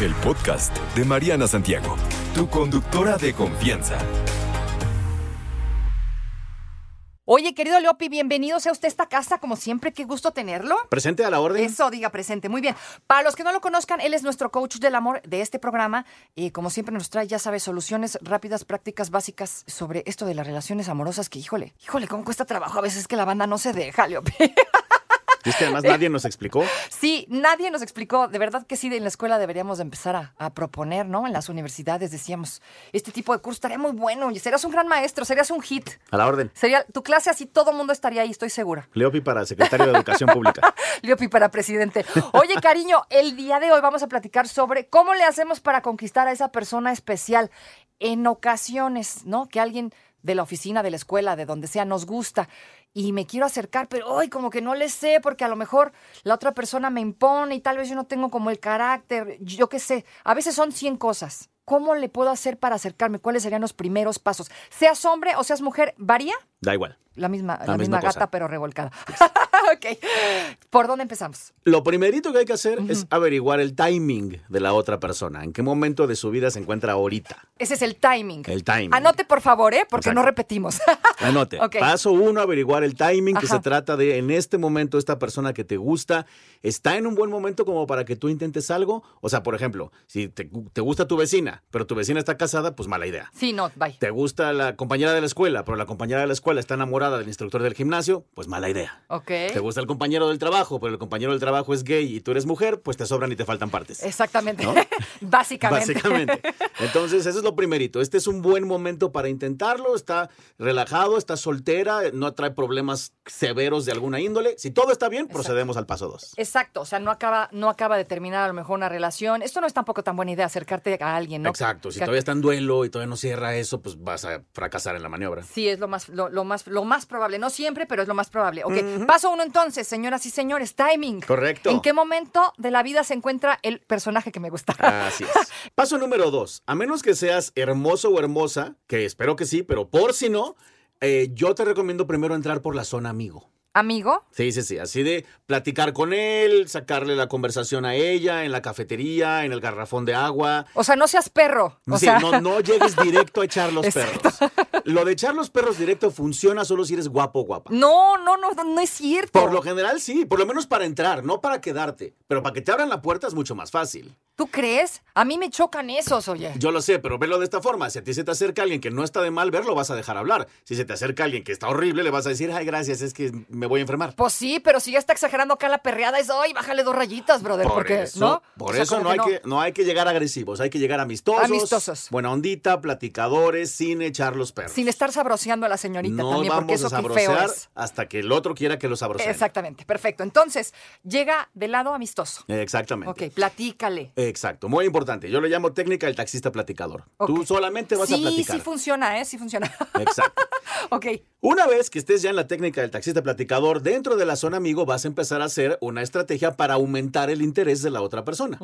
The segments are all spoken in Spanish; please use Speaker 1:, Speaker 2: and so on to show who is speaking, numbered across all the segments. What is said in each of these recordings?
Speaker 1: El podcast de Mariana Santiago, tu conductora de confianza.
Speaker 2: Oye, querido Leopi, bienvenido sea usted a esta casa, como siempre, qué gusto tenerlo.
Speaker 3: Presente a la orden.
Speaker 2: Eso, diga presente, muy bien. Para los que no lo conozcan, él es nuestro coach del amor de este programa y como siempre nos trae, ya sabes, soluciones rápidas, prácticas básicas sobre esto de las relaciones amorosas que, híjole, híjole, cómo cuesta trabajo a veces que la banda no se deja, Leopi.
Speaker 3: Y es que además nadie nos explicó.
Speaker 2: Sí, nadie nos explicó. De verdad que sí, en la escuela deberíamos de empezar a, a proponer, ¿no? En las universidades decíamos, este tipo de curso estaría muy bueno y serías un gran maestro, serías un hit.
Speaker 3: A la orden.
Speaker 2: Sería tu clase así, todo el mundo estaría ahí, estoy segura.
Speaker 3: Leopi para secretario de Educación Pública.
Speaker 2: Leopi para presidente. Oye, cariño, el día de hoy vamos a platicar sobre cómo le hacemos para conquistar a esa persona especial en ocasiones, ¿no? Que alguien de la oficina, de la escuela, de donde sea, nos gusta y me quiero acercar, pero hoy como que no le sé porque a lo mejor la otra persona me impone y tal vez yo no tengo como el carácter, yo qué sé. A veces son 100 cosas. ¿Cómo le puedo hacer para acercarme? ¿Cuáles serían los primeros pasos? Seas hombre o seas mujer, ¿varía?
Speaker 3: Da igual.
Speaker 2: La misma, la
Speaker 3: La
Speaker 2: misma
Speaker 3: misma
Speaker 2: gata,
Speaker 3: cosa.
Speaker 2: pero revolcada. ok. ¿Por dónde empezamos?
Speaker 3: Lo primerito que hay que hacer es averiguar el timing de la otra persona. ¿En qué momento de su vida se encuentra ahorita?
Speaker 2: Ese es el timing.
Speaker 3: El timing.
Speaker 2: Anote, por favor, ¿eh? Porque no
Speaker 3: Exacto.
Speaker 2: repetimos.
Speaker 3: Anote.
Speaker 2: Ok.
Speaker 3: Paso uno, averiguar el timing, que
Speaker 2: Ajá.
Speaker 3: se trata de en este momento esta persona que te gusta está en un buen momento como para que tú intentes algo. O sea, por ejemplo, si te, te gusta tu vecina, pero tu vecina está casada, pues mala idea.
Speaker 2: Sí, no, bye.
Speaker 3: Te gusta la compañera de la escuela, pero la compañera de la escuela está enamorada del instructor del gimnasio, pues mala idea.
Speaker 2: Ok.
Speaker 3: Te gusta el compañero del trabajo, pero el compañero del trabajo es gay y tú eres mujer, pues te sobran y te faltan partes.
Speaker 2: Exactamente.
Speaker 3: ¿No?
Speaker 2: Básicamente.
Speaker 3: Entonces, eso es lo primerito. Este es un buen momento para intentarlo. Está relajado, está soltera, no trae problemas severos de alguna índole. Si todo está bien, procedemos al paso dos.
Speaker 2: Exacto, o sea, no acaba, no acaba de terminar a lo mejor una relación. Esto no es tampoco tan buena idea, acercarte a alguien, ¿no?
Speaker 3: Exacto. Si
Speaker 2: Que-
Speaker 3: todavía está en duelo y todavía no cierra eso, pues vas a fracasar en la maniobra.
Speaker 2: Sí, es lo más, lo, lo más, lo más probable. No siempre, pero es lo más probable. Ok, paso uno entonces, señoras y señores, timing.
Speaker 3: Correcto.
Speaker 2: ¿En qué momento de la vida se encuentra el personaje que me gusta?
Speaker 3: Así es. Paso número dos. A menos que seas hermoso o hermosa, que espero que sí, pero por si no, eh, yo te recomiendo primero entrar por la zona amigo.
Speaker 2: ¿Amigo?
Speaker 3: Sí, sí, sí. Así de platicar con él, sacarle la conversación a ella, en la cafetería, en el garrafón de agua.
Speaker 2: O sea, no seas perro. O
Speaker 3: Sí,
Speaker 2: sea,
Speaker 3: no, no llegues directo a echar los
Speaker 2: Exacto.
Speaker 3: perros. Lo de echar los perros directo funciona solo si eres guapo o guapa.
Speaker 2: no, no, no, no es cierto.
Speaker 3: Por lo general sí, por lo menos para entrar, no para quedarte. Pero para que te abran la puerta es mucho más fácil.
Speaker 2: ¿Tú crees? A mí me chocan esos, oye.
Speaker 3: Yo lo sé, pero velo de esta forma. Si a ti se te acerca alguien que no está de mal ver, lo vas a dejar hablar. Si se te acerca alguien que está horrible, le vas a decir, ay, gracias, es que me voy a enfermar.
Speaker 2: Pues sí, pero si ya está exagerando acá la perreada, es hoy, bájale dos rayitas, brother, porque
Speaker 3: eso,
Speaker 2: no.
Speaker 3: por
Speaker 2: O sea,
Speaker 3: eso
Speaker 2: como
Speaker 3: no hay, que, no hay que llegar agresivos, hay que llegar amistosos.
Speaker 2: Amistosos.
Speaker 3: Buena ondita, platicadores, sin echar los perros.
Speaker 2: Sin estar sabroseando a la señorita
Speaker 3: no
Speaker 2: también, porque
Speaker 3: vamos
Speaker 2: eso
Speaker 3: a
Speaker 2: qué feo
Speaker 3: sabrosear
Speaker 2: es.
Speaker 3: hasta que el otro quiera que lo sabroseen.
Speaker 2: Exactamente, perfecto. Entonces, llega del lado amistoso.
Speaker 3: Exactamente.
Speaker 2: Ok, platícale.
Speaker 3: Exacto, muy importante. Yo le llamo técnica del taxista platicador. Tú
Speaker 2: Ok.
Speaker 3: solamente vas a
Speaker 2: sí,
Speaker 3: platicar.
Speaker 2: Sí, funciona, ¿eh? Sí funciona.
Speaker 3: Exacto.
Speaker 2: ok.
Speaker 3: Una vez que estés ya en la técnica del taxista platicador, dentro de la zona amigo vas a empezar a hacer una estrategia para aumentar el interés de la otra persona.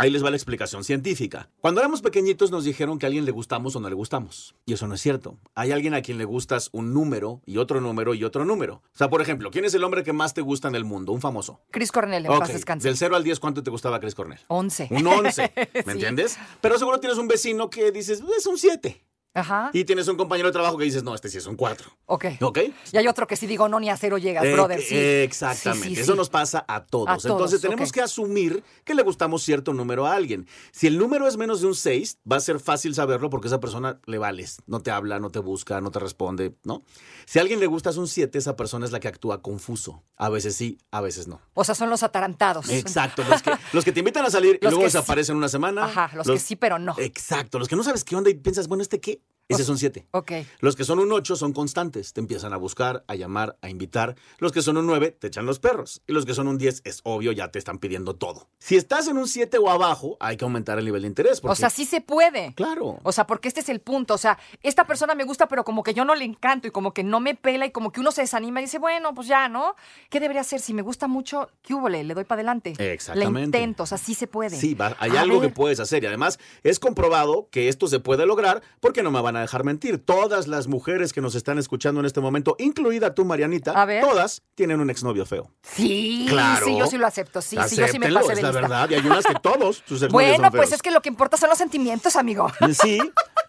Speaker 3: Ahí les va la explicación científica. Cuando éramos pequeñitos nos dijeron que a alguien le gustamos o no le gustamos. Y eso no es cierto. Hay alguien a quien le gustas un número y otro número y otro número. O sea, por ejemplo, ¿quién es el hombre que más te gusta en el mundo? Un famoso.
Speaker 2: Chris Cornell, en
Speaker 3: Ok,
Speaker 2: paz descanse.
Speaker 3: Del 0 al 10, ¿cuánto te gustaba Chris Cornell?
Speaker 2: 11.
Speaker 3: Un 11. ¿Me
Speaker 2: Sí.
Speaker 3: entiendes? Pero seguro tienes un vecino que dices, es un 7.
Speaker 2: Ajá.
Speaker 3: Y tienes un compañero de trabajo que dices, no, este sí es un 4.
Speaker 2: Ok.
Speaker 3: ¿Ok?
Speaker 2: Y hay otro que sí digo, no, ni a cero llegas,
Speaker 3: Eh,
Speaker 2: brother. Sí.
Speaker 3: Exactamente.
Speaker 2: Sí, sí,
Speaker 3: Eso
Speaker 2: sí.
Speaker 3: nos pasa a todos.
Speaker 2: A todos,
Speaker 3: Entonces tenemos
Speaker 2: ok.
Speaker 3: que asumir que le gustamos cierto número a alguien. Si el número es menos de un 6, va a ser fácil saberlo porque esa persona le vales. No te habla, no te busca, no te responde, ¿no? Si a alguien le gustas un 7, esa persona es la que actúa confuso. A veces sí, a veces no.
Speaker 2: O sea, son los atarantados.
Speaker 3: Exacto, los que, los que te invitan a salir y
Speaker 2: Los
Speaker 3: luego
Speaker 2: que sí.
Speaker 3: desaparecen una semana.
Speaker 2: Ajá, los, que sí, pero no.
Speaker 3: Exacto, los que no sabes qué onda y piensas, bueno, ¿este qué? Ese es un 7.
Speaker 2: ok.
Speaker 3: Los que son un 8 son constantes, te empiezan a buscar, a llamar, a invitar. Los que son un 9 te echan los perros. Y los que son un 10 es obvio, ya te están pidiendo todo. Si estás en un 7 o abajo, hay que aumentar el nivel de interés. Porque,
Speaker 2: O sea, sí se puede.
Speaker 3: claro.
Speaker 2: O sea, porque este es el punto. O sea, esta persona me gusta, pero como que yo no le encanto y como que no me pela y como que uno se desanima y dice, bueno, pues ya, ¿no? ¿Qué debería hacer? Si me gusta mucho, ¿qué hubo? Le, Le doy para adelante. Le
Speaker 3: Exactamente.
Speaker 2: intento, o sea, sí se puede.
Speaker 3: Sí, va- hay
Speaker 2: A
Speaker 3: algo
Speaker 2: ver.
Speaker 3: que puedes hacer y además es comprobado que esto se puede lograr porque no me van a a dejar mentir. Todas las mujeres que nos están escuchando en este momento, incluida tú, Marianita,
Speaker 2: A ver.
Speaker 3: todas tienen un exnovio feo.
Speaker 2: Sí,
Speaker 3: Claro.
Speaker 2: sí, yo sí lo acepto. Sí, sí, yo sí me
Speaker 3: Acéptenlo,
Speaker 2: pasé de
Speaker 3: es la
Speaker 2: lista.
Speaker 3: verdad. Y hay unas que todos sus exnovios
Speaker 2: Bueno,
Speaker 3: son
Speaker 2: pues
Speaker 3: feos.
Speaker 2: es que lo que importa son los sentimientos, amigo.
Speaker 3: Sí,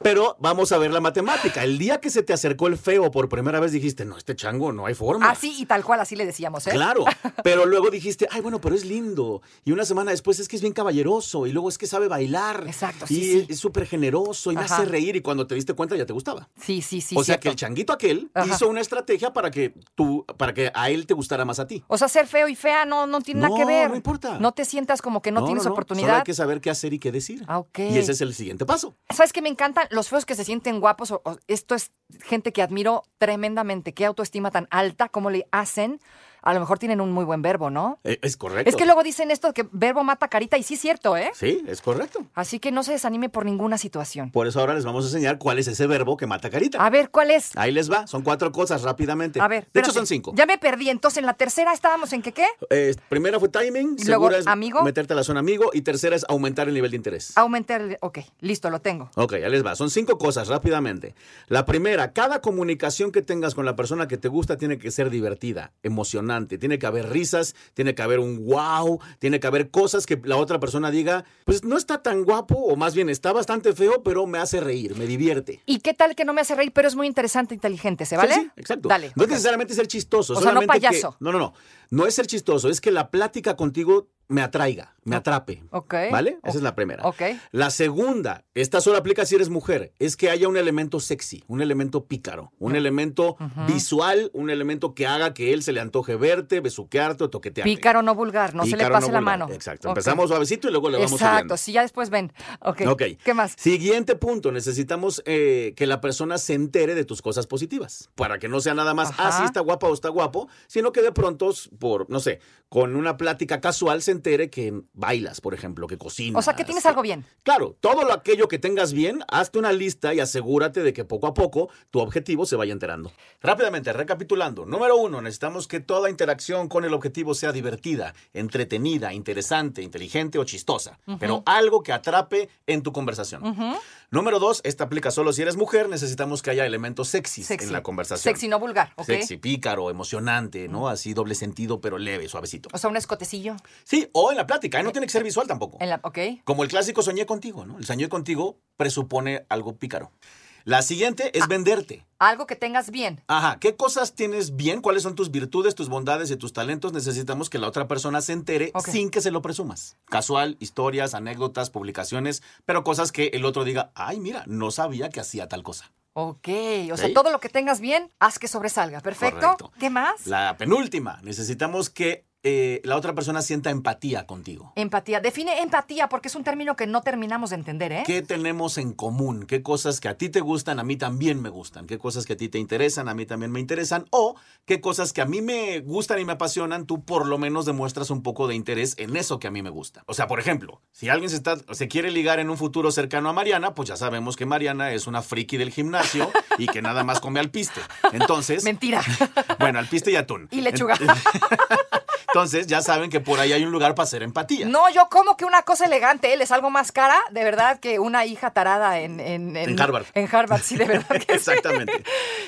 Speaker 3: pero vamos a ver la matemática. El día que se te acercó el feo por primera vez dijiste, no, este chango no hay forma.
Speaker 2: Así y tal cual, así le decíamos, ¿eh?
Speaker 3: Claro, pero luego dijiste, ay, bueno, pero es lindo. Y una semana después es que es bien caballeroso y luego es que sabe bailar.
Speaker 2: Exacto,
Speaker 3: Y
Speaker 2: sí, sí.
Speaker 3: es súper generoso y me
Speaker 2: Ajá.
Speaker 3: hace reír y cuando te diste cuenta ya te gustaba.
Speaker 2: Sí, sí, sí.
Speaker 3: o sea
Speaker 2: cierto.
Speaker 3: que el changuito aquel
Speaker 2: Ajá.
Speaker 3: hizo una estrategia para que tú, para que a él te gustara más a ti.
Speaker 2: O sea, ser feo y fea no, no tiene nada que
Speaker 3: No,
Speaker 2: ver.
Speaker 3: no importa.
Speaker 2: No te sientas como que no, tienes
Speaker 3: Solo hay
Speaker 2: oportunidad.
Speaker 3: que saber qué hacer y qué decir.
Speaker 2: Ah, ok.
Speaker 3: Y ese es el siguiente paso.
Speaker 2: ¿Sabes qué me encantan? Los feos que se sienten guapos. o- o- esto es gente que admiro tremendamente. Qué autoestima tan alta, cómo le hacen. A lo mejor tienen un muy buen verbo, ¿no?
Speaker 3: Eh, Es correcto.
Speaker 2: Es que luego dicen esto que verbo mata carita y sí es cierto, ¿eh?
Speaker 3: Sí, es correcto.
Speaker 2: Así que no se desanime por ninguna situación.
Speaker 3: Por eso ahora les vamos a enseñar cuál es ese verbo que mata carita.
Speaker 2: A ver, ¿cuál es?
Speaker 3: Ahí les va, son cuatro cosas rápidamente.
Speaker 2: A ver.
Speaker 3: de hecho
Speaker 2: espérate.
Speaker 3: son cinco.
Speaker 2: Ya me perdí. Entonces, en la tercera estábamos en que qué?
Speaker 3: Eh, primera fue timing,
Speaker 2: Y luego,
Speaker 3: segunda es
Speaker 2: amigo.
Speaker 3: meterte a la zona amigo y tercera es aumentar el nivel de interés.
Speaker 2: Aumentar. el- Ok, listo, lo tengo.
Speaker 3: Ok, ahí les va. Son cinco cosas rápidamente. La primera, cada comunicación que tengas con la persona que te gusta tiene que ser divertida, emocionante. Tiene que haber risas, tiene que haber un wow, tiene que haber cosas que la otra persona diga, pues no está tan guapo o más bien está bastante feo, pero me hace reír, me divierte.
Speaker 2: ¿Y qué tal que no me hace reír, pero es muy interesante e inteligente? ¿Se vale?
Speaker 3: Sí, sí, exacto.
Speaker 2: Dale.
Speaker 3: No es
Speaker 2: ok.
Speaker 3: necesariamente ser chistoso.
Speaker 2: O sea, no
Speaker 3: solamente que-
Speaker 2: payaso.
Speaker 3: no, no, no. No es ser chistoso, es que la plática contigo me atraiga, me atrape.
Speaker 2: Ok.
Speaker 3: ¿Vale?
Speaker 2: O-
Speaker 3: Esa es la primera.
Speaker 2: Ok.
Speaker 3: La segunda, esta solo aplica si eres mujer, es que haya un elemento sexy, un elemento pícaro, un elemento visual, un elemento que haga que él se le antoje verte, besuquearte o toquetearte.
Speaker 2: Pícaro no vulgar, no se le
Speaker 3: Pícaro,
Speaker 2: pase
Speaker 3: no
Speaker 2: la
Speaker 3: vulgar.
Speaker 2: mano.
Speaker 3: Exacto.
Speaker 2: Ok.
Speaker 3: Empezamos suavecito y luego le vamos
Speaker 2: Exacto,
Speaker 3: subiendo.
Speaker 2: sí, ya después ven. Ok.
Speaker 3: Ok.
Speaker 2: ¿Qué más?
Speaker 3: Siguiente punto, necesitamos eh, que la persona se entere de tus cosas positivas, para que no sea nada más, ah,
Speaker 2: Ajá.
Speaker 3: sí está guapa o está guapo, sino que de pronto, s- por, no sé, con una plática casual se entere que bailas, por ejemplo, que cocinas.
Speaker 2: O sea, que tienes algo bien.
Speaker 3: Claro, todo lo, aquello que tengas bien, hazte una lista y asegúrate de que poco a poco tu objetivo se vaya enterando. Rápidamente, recapitulando. Número uno, necesitamos que toda interacción con el objetivo sea divertida, entretenida, interesante, inteligente o chistosa, pero algo que atrape en tu conversación. Número dos, esta aplica solo si eres mujer, necesitamos que haya elementos sexys
Speaker 2: Sexy.
Speaker 3: en la conversación.
Speaker 2: Sexy, no vulgar. Ok.
Speaker 3: Sexy, pícaro, emocionante, ¿no? Así doble sentido, pero leve, suavecito.
Speaker 2: O sea, un escotecillo.
Speaker 3: Sí, o en la plática, ¿eh? no tiene que ser visual tampoco.
Speaker 2: En la, ok.
Speaker 3: Como el clásico soñé contigo, ¿no? El soñé contigo presupone algo pícaro. La siguiente
Speaker 2: Ah.
Speaker 3: es venderte.
Speaker 2: Algo que tengas bien.
Speaker 3: Ajá, ¿qué cosas tienes bien? ¿Cuáles son tus virtudes, tus bondades y tus talentos? Necesitamos que la otra persona se entere
Speaker 2: Ok.
Speaker 3: sin que se lo presumas. Casual, historias, anécdotas, publicaciones, pero cosas que el otro diga, ay, mira, no sabía que hacía tal cosa.
Speaker 2: Ok. O sea,
Speaker 3: Sí.
Speaker 2: todo lo que tengas bien, haz que sobresalga. Perfecto.
Speaker 3: Correcto.
Speaker 2: ¿Qué más?
Speaker 3: La penúltima, necesitamos que eh, la otra persona sienta empatía contigo.
Speaker 2: Empatía. Define empatía porque es un término que no terminamos de entender, ¿eh?
Speaker 3: ¿Qué tenemos en común? ¿Qué cosas que a ti te gustan, a mí también me gustan? ¿Qué cosas que a ti te interesan, a mí también me interesan? ¿O qué cosas que a mí me gustan y me apasionan, tú por lo menos demuestras un poco de interés en eso que a mí me gusta? O sea, por ejemplo, si alguien se, está, se quiere ligar en un futuro cercano a Mariana, pues ya sabemos que Mariana es una friki del gimnasio y que nada más come al piste. Entonces,
Speaker 2: Mentira.
Speaker 3: bueno, al piste y atún.
Speaker 2: Y lechuga.
Speaker 3: Entonces, ya saben que por ahí hay un lugar para hacer empatía.
Speaker 2: No, yo como que una cosa elegante, él es algo más cara, de verdad, que una hija tarada en, en,
Speaker 3: En Harvard.
Speaker 2: En Harvard, sí, de verdad que sí.
Speaker 3: Exactamente.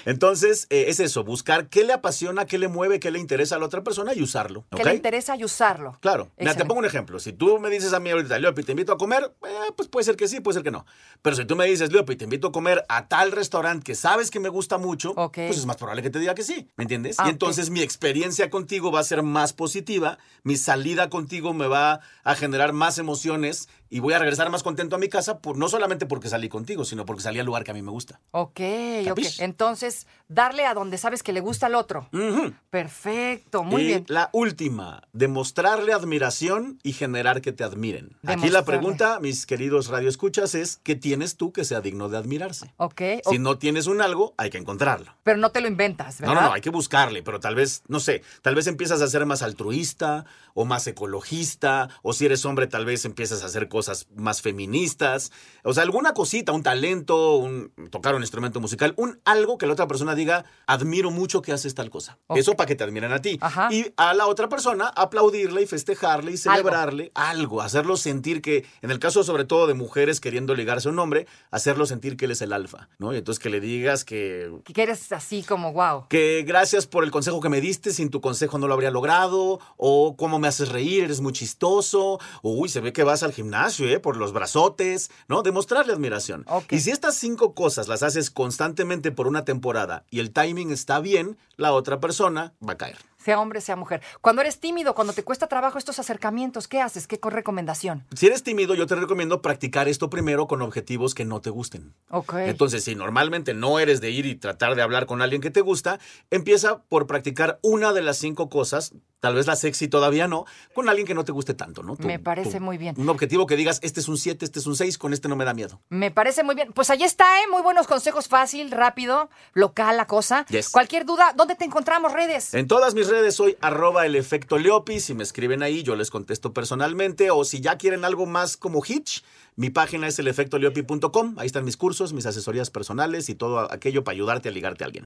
Speaker 3: Entonces, eh, es eso, buscar qué le apasiona, qué le mueve, qué le interesa a la otra persona y usarlo.
Speaker 2: Que
Speaker 3: ¿ok?
Speaker 2: le interesa y usarlo.
Speaker 3: Claro. Mira, te
Speaker 2: Excelente.
Speaker 3: pongo un ejemplo. Si tú me dices a mí ahorita, Leopi, te invito a comer, eh, pues puede ser que sí, puede ser que no. Pero si tú me dices, Leopi, te invito a comer a tal restaurante que sabes que me gusta mucho,
Speaker 2: Ok.
Speaker 3: pues es más probable que te diga que sí. ¿Me entiendes?
Speaker 2: Ah,
Speaker 3: y
Speaker 2: ok.
Speaker 3: entonces mi experiencia contigo va a ser más positiva, mi salida contigo me va a generar más emociones y voy a regresar más contento a mi casa, por- no solamente porque salí contigo, sino porque salí al lugar que a mí me gusta.
Speaker 2: Ok, ok.
Speaker 3: ¿Capish?
Speaker 2: Entonces, darle a donde sabes que le gusta al otro.
Speaker 3: Ujú.
Speaker 2: Perfecto, muy
Speaker 3: y
Speaker 2: bien.
Speaker 3: La última, demostrarle admiración y generar que te admiren. Aquí
Speaker 2: Demostrarle.
Speaker 3: la pregunta, mis queridos radioescuchas, es ¿qué tienes tú que sea digno de admirarse?
Speaker 2: Ok, o-
Speaker 3: Si no tienes un algo, hay que encontrarlo.
Speaker 2: pero no te lo inventas,
Speaker 3: No,
Speaker 2: ¿verdad?
Speaker 3: no, no, hay que buscarle, pero tal vez, no sé, tal vez empiezas a ser más altruista o más ecologista, o si eres hombre, tal vez empiezas a hacer cosas más feministas, o sea, alguna cosita, un talento, un tocar un instrumento musical, un algo que la otra persona diga, admiro mucho que haces tal cosa.
Speaker 2: Ok.
Speaker 3: Eso para que te admiren a ti.
Speaker 2: Ajá.
Speaker 3: Y a la otra persona aplaudirle y festejarle y celebrarle algo. hacerlo sentir que, en el caso sobre todo de mujeres queriendo ligarse a un hombre, hacerlo sentir que él es el alfa, ¿no? Y entonces que le digas que
Speaker 2: Que eres así como wow.
Speaker 3: que gracias por el consejo que me diste, sin tu consejo no lo habría logrado, o cómo me haces reír, eres muy chistoso, uy, se ve que vas al gimnasio, ¿eh? Por los brazotes, ¿no? Demostrarle admiración.
Speaker 2: Ok.
Speaker 3: Y si estas cinco cosas las haces constantemente por una temporada y el timing está bien, la otra persona va a caer.
Speaker 2: Sea hombre, sea mujer. Cuando eres tímido, cuando te cuesta trabajo estos acercamientos, ¿qué haces? ¿Qué con recomendación?
Speaker 3: Si eres tímido, yo te recomiendo practicar esto primero con objetivos que no te gusten.
Speaker 2: Ok.
Speaker 3: Entonces, si normalmente no eres de ir y tratar de hablar con alguien que te gusta, empieza por practicar una de las cinco cosas, tal vez la sexy todavía no, con alguien que no te guste tanto, ¿no? Tú-
Speaker 2: Me parece
Speaker 3: tú-
Speaker 2: muy bien.
Speaker 3: Un objetivo que digas, este es un 7, este es un 6, con este no me da miedo.
Speaker 2: Me parece muy bien. Pues ahí está, ¿eh? Muy buenos consejos, fácil, rápido, local la cosa.
Speaker 3: Yes.
Speaker 2: Cualquier duda, ¿dónde te encontramos? Redes.
Speaker 3: En todas mis redes soy arroba el efecto Leopi. Si me escriben ahí, yo les contesto personalmente. O si ya quieren algo más como Hitch, mi página es elefectoleopi.com. Ahí están mis cursos, mis asesorías personales y todo aquello para ayudarte a ligarte a alguien.